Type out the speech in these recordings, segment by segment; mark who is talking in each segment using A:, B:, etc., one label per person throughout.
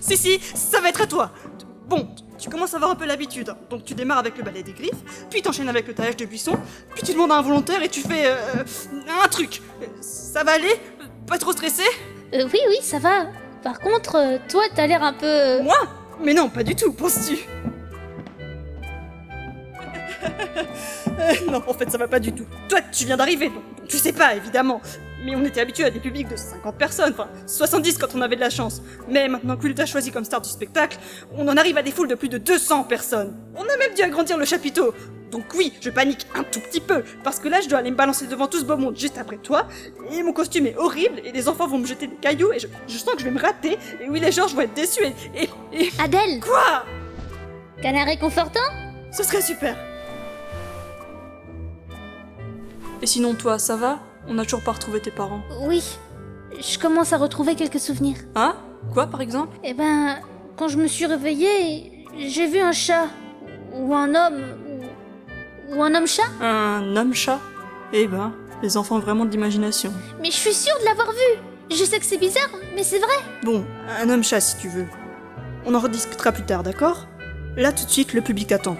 A: Si, si, ça va être à toi. Bon, tu commences à avoir un peu l'habitude. Donc tu démarres avec le balai des griffes, puis t'enchaînes avec le taillage de buisson, puis tu demandes à un volontaire et tu fais euh, un truc. Ça va aller Pas trop stressé
B: Euh, oui, oui, ça va. Par contre, euh, toi, t'as l'air un peu. euh,
A: Moi Mais non, pas du tout, penses-tu Euh, Non, en fait, ça va pas du tout. Toi, tu viens d'arriver, donc donc tu sais pas, évidemment. Mais on était habitué à des publics de 50 personnes, enfin 70 quand on avait de la chance. Mais maintenant que Lut a choisi comme star du spectacle, on en arrive à des foules de plus de 200 personnes. On a même dû agrandir le chapiteau. Donc oui, je panique un tout petit peu, parce que là je dois aller me balancer devant tout ce beau monde juste après toi, et mon costume est horrible, et les enfants vont me jeter des cailloux, et je, je sens que je vais me rater, et oui les gens vont être déçus, et- et, et
B: Adèle,
A: Quoi
B: t'as l'air réconfortant
A: Ce serait super. Et sinon toi, ça va On n'a toujours pas retrouvé tes parents.
B: Oui. Je commence à retrouver quelques souvenirs.
A: Hein Quoi par exemple
B: Eh ben, quand je me suis réveillée, j'ai vu un chat. Ou un homme. Ou, ou un homme-chat.
A: Un homme-chat Eh ben, les enfants ont vraiment de l'imagination.
B: Mais je suis sûre de l'avoir vu. Je sais que c'est bizarre, mais c'est vrai.
A: Bon, un homme-chat si tu veux. On en rediscutera plus tard, d'accord Là tout de suite, le public t'attend.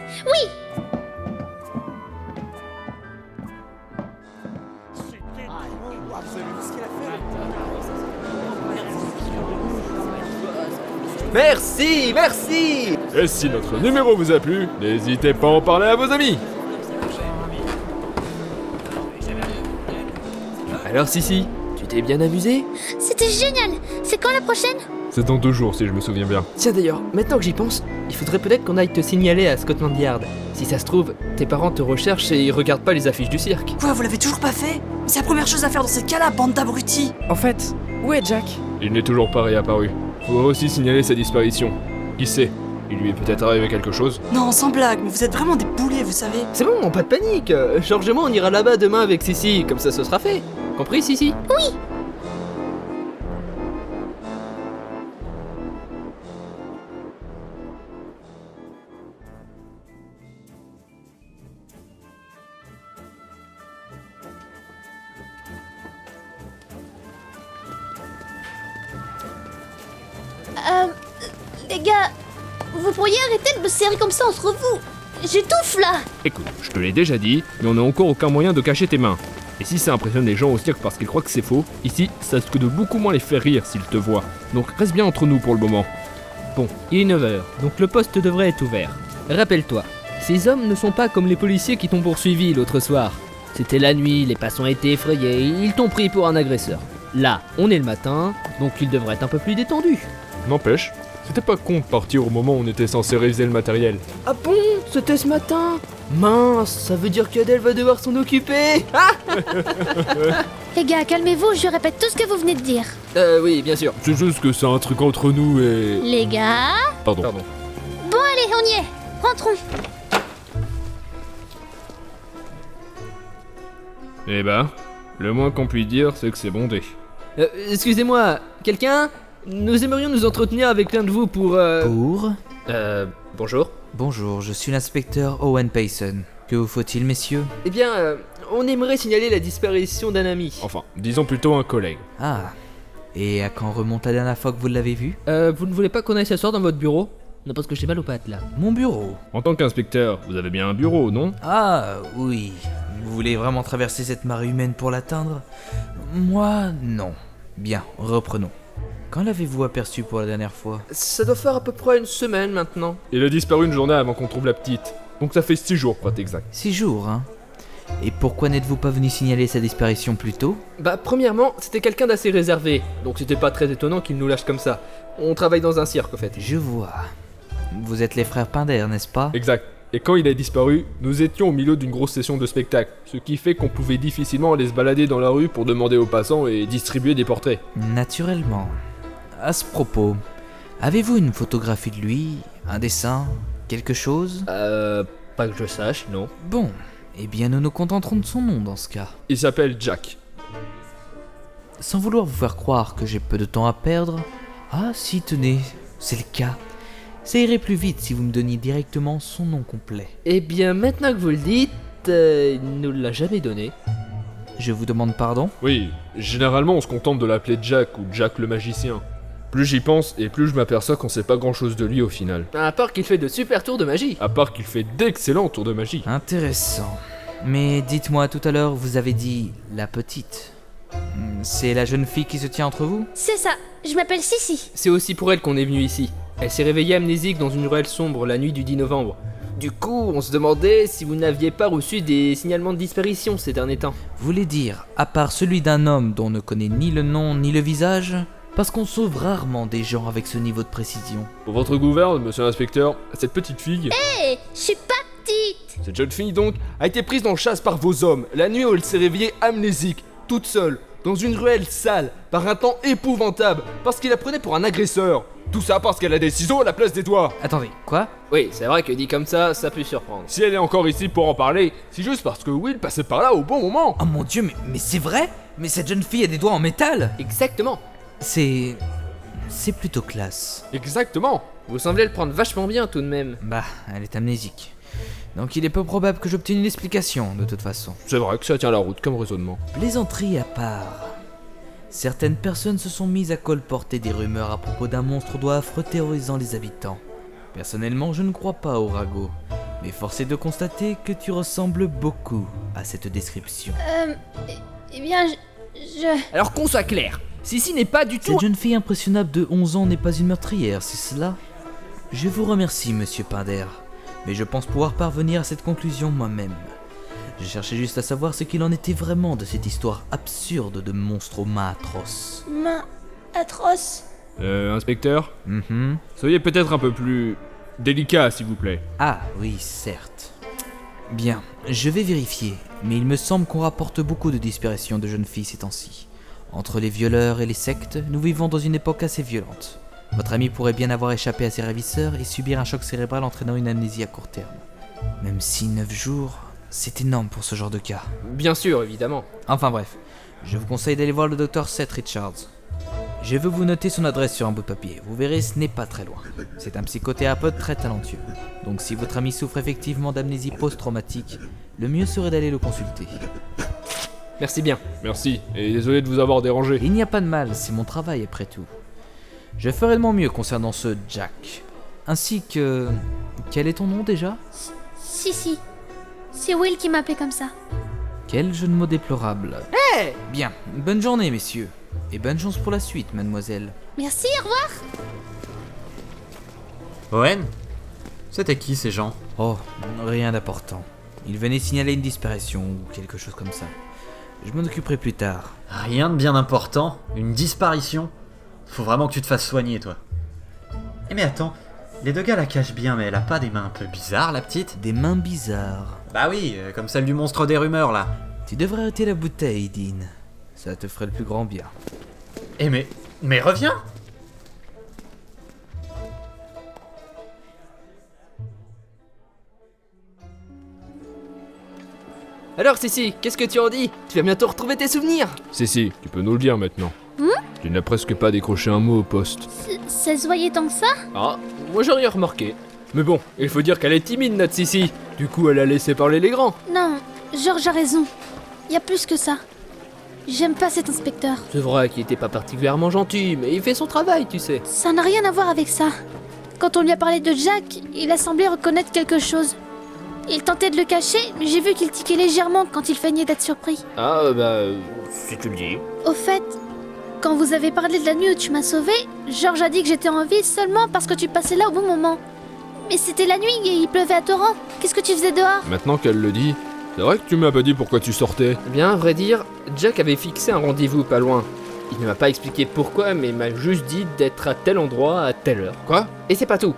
C: Merci, merci
D: Et si notre numéro vous a plu, n'hésitez pas à en parler à vos amis.
C: Alors Sissi, tu t'es bien amusé
B: C'était génial. C'est quand la prochaine
D: C'est dans deux jours si je me souviens bien.
C: Tiens d'ailleurs, maintenant que j'y pense, il faudrait peut-être qu'on aille te signaler à Scotland Yard. Si ça se trouve, tes parents te recherchent et ils regardent pas les affiches du cirque.
E: Quoi, vous l'avez toujours pas fait Mais c'est la première chose à faire dans ces cas-là, bande d'abrutis
F: En fait, où est Jack
D: Il n'est toujours pas réapparu. Faudrait aussi signaler sa disparition. Qui sait Il lui est peut-être arrivé quelque chose.
E: Non, sans blague, mais vous êtes vraiment des boulets, vous savez.
C: C'est bon, pas de panique euh, Georges et moi on ira là-bas demain avec Sissi, comme ça ce sera fait. Compris Sissi
B: Euh, les gars, vous pourriez arrêter de me serrer comme ça entre vous. J'étouffe là.
D: Écoute, je te l'ai déjà dit, mais on n'a encore aucun moyen de cacher tes mains. Et si ça impressionne les gens au cirque parce qu'ils croient que c'est faux, ici, ça risque de beaucoup moins les faire rire s'ils te voient. Donc reste bien entre nous pour le moment.
C: Bon, il est 9h, donc le poste devrait être ouvert. Rappelle-toi, ces hommes ne sont pas comme les policiers qui t'ont poursuivi l'autre soir. C'était la nuit, les passants étaient effrayés, ils t'ont pris pour un agresseur. Là, on est le matin, donc ils devraient être un peu plus détendus.
D: N'empêche, c'était pas con de partir au moment où on était censé réviser le matériel.
C: Ah bon C'était ce matin Mince, ça veut dire qu'Adèle va devoir s'en occuper
B: Les gars, calmez-vous. Je répète tout ce que vous venez de dire.
C: Euh oui, bien sûr.
D: C'est juste que c'est un truc entre nous et...
B: Les gars,
D: Pardon.
C: Pardon.
B: allez, on y est. Rentrons.
D: Eh ben, le moins qu'on puisse dire, c'est que c'est bondé.
C: Euh, excusez-moi, quelqu'un Nous aimerions nous entretenir avec l'un de vous pour... Euh...
G: Pour
C: euh bonjour.
G: Bonjour, je suis l'inspecteur Owen Payson. Que vous faut-il, messieurs
C: Eh bien, euh, on aimerait signaler la disparition d'un ami.
D: Enfin, disons plutôt un collègue.
G: Ah. Et à quand remonte la dernière fois que vous l'avez vu
C: Euh, vous ne voulez pas qu'on aille s'asseoir dans votre bureau Non, parce que j'ai mal aux pattes là.
G: Mon bureau.
D: En tant qu'inspecteur, vous avez bien un bureau, non
G: Ah, oui. Vous voulez vraiment traverser cette marée humaine pour l'atteindre Moi, non. Bien, reprenons. Quand l'avez-vous aperçu pour la dernière fois
C: Ça doit faire à peu près une semaine maintenant.
D: Il a disparu une journée avant qu'on trouve la petite. Donc ça fait 6 jours, pour être exact.
G: Six jours, hein Et pourquoi n'êtes-vous pas venu signaler sa disparition plus tôt
C: Bah, premièrement, c'était quelqu'un d'assez réservé, donc c'était pas très étonnant qu'il nous lâche comme ça. On travaille dans un cirque en fait.
G: Je vois. Vous êtes les frères Pinder, n'est-ce pas
D: Exact. Et quand il a disparu, nous étions au milieu d'une grosse session de spectacle, ce qui fait qu'on pouvait difficilement aller se balader dans la rue pour demander aux passants et distribuer des portraits.
G: Naturellement. À ce propos, avez-vous une photographie de lui Un dessin Quelque chose
C: Euh, pas que je sache, non.
G: Bon, eh bien nous nous contenterons de son nom dans ce cas.
D: Il s'appelle Jack.
G: Sans vouloir vous faire croire que j'ai peu de temps à perdre, ah si tenez, c'est le cas. Ça irait plus vite si vous me donniez directement son nom complet.
C: Eh bien, maintenant que vous le dites, euh, il nous l'a jamais donné.
G: Je vous demande pardon
D: Oui, généralement on se contente de l'appeler Jack ou Jack le magicien. Plus j'y pense et plus je m'aperçois qu'on sait pas grand chose de lui au final.
C: À part qu'il fait de super tours de magie.
D: À part qu'il fait d'excellents tours de magie.
G: Intéressant. Mais dites-moi, tout à l'heure, vous avez dit la petite. Hmm, C'est la jeune fille qui se tient entre vous
B: C'est ça, je m'appelle Sissi.
C: C'est aussi pour elle qu'on est venu ici. Elle s'est réveillée amnésique dans une ruelle sombre la nuit du 10 novembre. Du coup, on se demandait si vous n'aviez pas reçu des signalements de disparition ces derniers temps.
G: Voulez dire, à part celui d'un homme dont on ne connaît ni le nom ni le visage Parce qu'on sauve rarement des gens avec ce niveau de précision.
D: Pour votre gouverne, monsieur l'inspecteur, cette petite fille,
B: Hé, je suis pas petite
D: cette jeune fille donc, a été prise en chasse par vos hommes la nuit où elle s'est réveillée amnésique, toute seule, dans une ruelle sale, par un temps épouvantable, parce qu'il la prenait pour un agresseur. Tout ça parce qu'elle a des ciseaux à la place des doigts.
G: Attendez, quoi
C: Oui, c'est vrai que dit comme ça, ça peut surprendre.
D: Si elle est encore ici pour en parler, c'est juste parce que Will passait par là au bon moment.
G: Oh mon dieu, mais, mais c'est vrai Mais cette jeune fille a des doigts en métal
C: Exactement.
G: C'est... C'est plutôt classe.
D: Exactement.
C: Vous semblez le prendre vachement bien tout de même.
G: Bah, elle est amnésique. Donc il est peu probable que j'obtienne une explication, de toute façon.
D: C'est vrai que ça tient la route comme raisonnement.
G: Plaisanterie à part. Certaines personnes se sont mises à colporter des rumeurs à propos d'un monstre doigt affreux terrorisant les habitants. Personnellement, je ne crois pas au ragot, mais force est de constater que tu ressembles beaucoup à cette description.
B: Euh. Eh bien, je. je-
C: Alors qu'on soit clair, Sissi n'est pas du tout.
G: Cette jeune fille impressionnable de 11 ans n'est pas une meurtrière, c'est cela Je vous remercie, monsieur Pinder, mais je pense pouvoir parvenir à cette conclusion moi-même. Je cherchais juste à savoir ce qu'il en était vraiment de cette histoire absurde de monstre aux mains atroces.
B: Main atroce.
D: Euh, inspecteur
G: Mhm.
D: Soyez peut-être un peu plus délicat, s'il vous plaît.
G: Ah oui, certes. Bien, je vais vérifier, mais il me semble qu'on rapporte beaucoup de disparitions de jeunes filles ces temps-ci. Entre les violeurs et les sectes, nous vivons dans une époque assez violente. Votre ami pourrait bien avoir échappé à ses ravisseurs et subir un choc cérébral entraînant une amnésie à court terme. Même si 9 jours, c'est énorme pour ce genre de cas.
C: Bien sûr, évidemment.
G: Enfin bref, je vous conseille d'aller voir le docteur Seth Richards. Je veux vous noter son adresse sur un bout de papier. Vous verrez, ce n'est pas très loin. C'est un psychothérapeute très talentueux. Donc si votre ami souffre effectivement d'amnésie post-traumatique, le mieux serait d'aller le consulter.
C: Merci bien.
D: Merci, et désolé de vous avoir dérangé.
G: Il n'y a pas de mal, c'est mon travail après tout. Je ferai de mon mieux concernant ce Jack. Ainsi que... Quel est ton nom déjà
B: Sissi. C'est Will qui m'appelait comme ça.
G: Quel jeu de mots déplorable. Eh Bien, bonne journée messieurs. Et bonne chance pour la suite, mademoiselle.
B: Merci, au revoir.
F: Owen C'était qui ces gens
G: Oh, rien d'important. Il venait signaler une disparition ou quelque chose comme ça. Je m'en occuperai plus tard.
F: Rien de bien important, une disparition. Faut vraiment que tu te fasses soigner, toi. Eh mais attends, les deux gars la cachent bien, mais elle a pas des mains un peu bizarres, la petite
G: Des mains bizarres.
F: Bah oui, euh, comme celle du monstre des rumeurs, là.
G: Tu devrais arrêter la bouteille, Dean. Ça te ferait le plus grand bien.
F: Eh mais... Mais reviens
C: Alors Sissi, qu'est-ce que tu en dis Tu vas bientôt retrouver tes souvenirs.
D: Si, si, tu peux nous le dire maintenant. tu n'as presque pas décroché un mot au poste.
B: Ça- Ça se voyait tant que ça
C: Ah, moi j'aurais remarqué.
D: Mais bon, il faut dire qu'elle est timide, notre Sissi. Du coup, elle a laissé parler les grands.
B: Non, Georges a raison. Y a plus que ça. J'aime pas cet inspecteur.
C: C'est vrai qu'il était pas particulièrement gentil, mais il fait son travail, tu sais.
B: Ça n'a rien à voir avec ça. Quand on lui a parlé de Jack, il a semblé reconnaître quelque chose. Il tentait de le cacher, mais j'ai vu qu'il tiquait légèrement quand il feignait d'être surpris.
C: Ah, euh, bah, euh, si tu le dis.
B: Au fait, quand vous avez parlé de la nuit où tu m'as sauvé, Georges a dit que j'étais en vie seulement parce que tu passais là au bon moment. Mais c'était la nuit et il pleuvait à torrent. Qu'est-ce que tu faisais dehors
D: Maintenant qu'elle le dit, c'est vrai que tu m'as pas dit pourquoi tu sortais.
C: Eh Bien, à vrai dire, Jack avait fixé un rendez-vous pas loin. Il ne m'a pas expliqué pourquoi, mais m'a juste dit d'être à tel endroit à telle heure.
D: Quoi
C: Et c'est pas tout.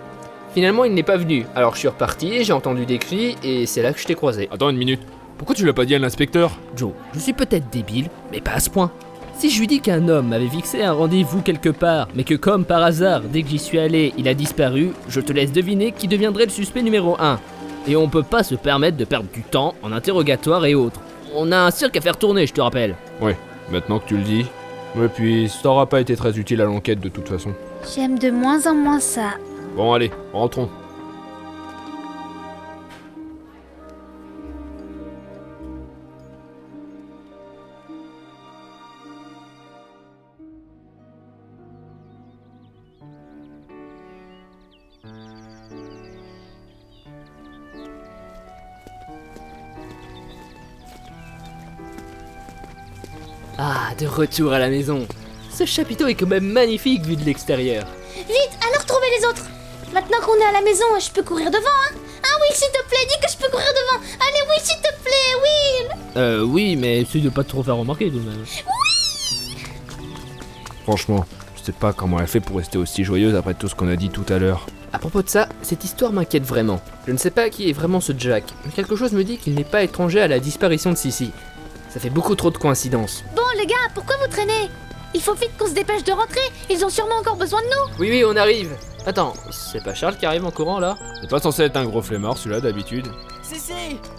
C: Finalement, il n'est pas venu. Alors je suis reparti, j'ai entendu des cris, et c'est là que je t'ai croisé.
D: Attends une minute. Pourquoi tu l'as pas dit à l'inspecteur
C: Joe, je suis peut-être débile, mais pas à ce point. Si je lui dis qu'un homme m'avait fixé un rendez-vous quelque part, mais que comme par hasard, dès que j'y suis allé, il a disparu, je te laisse deviner qui deviendrait le suspect numéro 1. Et on peut pas se permettre de perdre du temps en interrogatoire et autres. On a un cirque à faire tourner, je te rappelle.
D: Maintenant que tu le dis. Et puis, ça aura pas été très utile à l'enquête de toute façon.
B: J'aime de moins en moins ça.
D: Bon, allez, rentrons.
C: Ah, de retour à la maison. Ce chapiteau est quand même magnifique vu de l'extérieur.
B: Vite, alors trouvez les autres Maintenant qu'on est à la maison, je peux courir devant, hein Ah oui, s'il te plaît, dis que je peux courir devant Allez, oui, s'il te plaît, oui
C: Euh, oui, mais essaye de pas te trop faire remarquer tout de même.
D: Franchement, je sais pas comment elle fait pour rester aussi joyeuse après tout ce qu'on a dit tout à l'heure.
C: À propos de ça, cette histoire m'inquiète vraiment. Je ne sais pas qui est vraiment ce Jack, mais quelque chose me dit qu'il n'est pas étranger à la disparition de Sissi. Ça fait beaucoup trop de coïncidences.
B: Bon, les gars, pourquoi vous traînez Il faut vite qu'on se dépêche de rentrer Ils ont sûrement encore besoin de nous
C: Oui, oui, on arrive Attends, c'est pas Charles qui arrive en courant là
D: C'est pas censé être un gros flemmard celui-là d'habitude.
E: Si, si,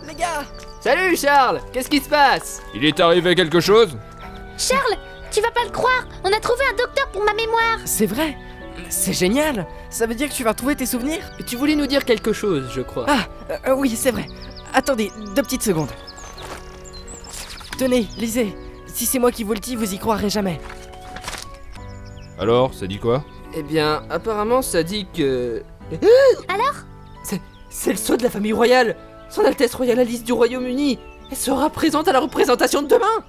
E: les gars
C: Salut Charles Qu'est-ce qui se passe
D: Il est arrivé quelque chose
B: Charles, tu vas pas le croire On a trouvé un docteur pour ma mémoire
H: C'est vrai C'est génial Ça veut dire que tu vas retrouver tes souvenirs
C: Tu voulais nous dire quelque chose, je crois.
H: Ah euh, euh, oui, c'est vrai. Attendez, deux petites secondes. Tenez, lisez. Si c'est moi qui vous le dis, vous y croirez jamais.
D: Alors, ça dit quoi
C: Eh bien, apparemment, ça dit que.
B: Alors
C: C'est le sceau de la famille royale Son Altesse Royale Alice du Royaume-Uni Elle sera présente à la représentation de demain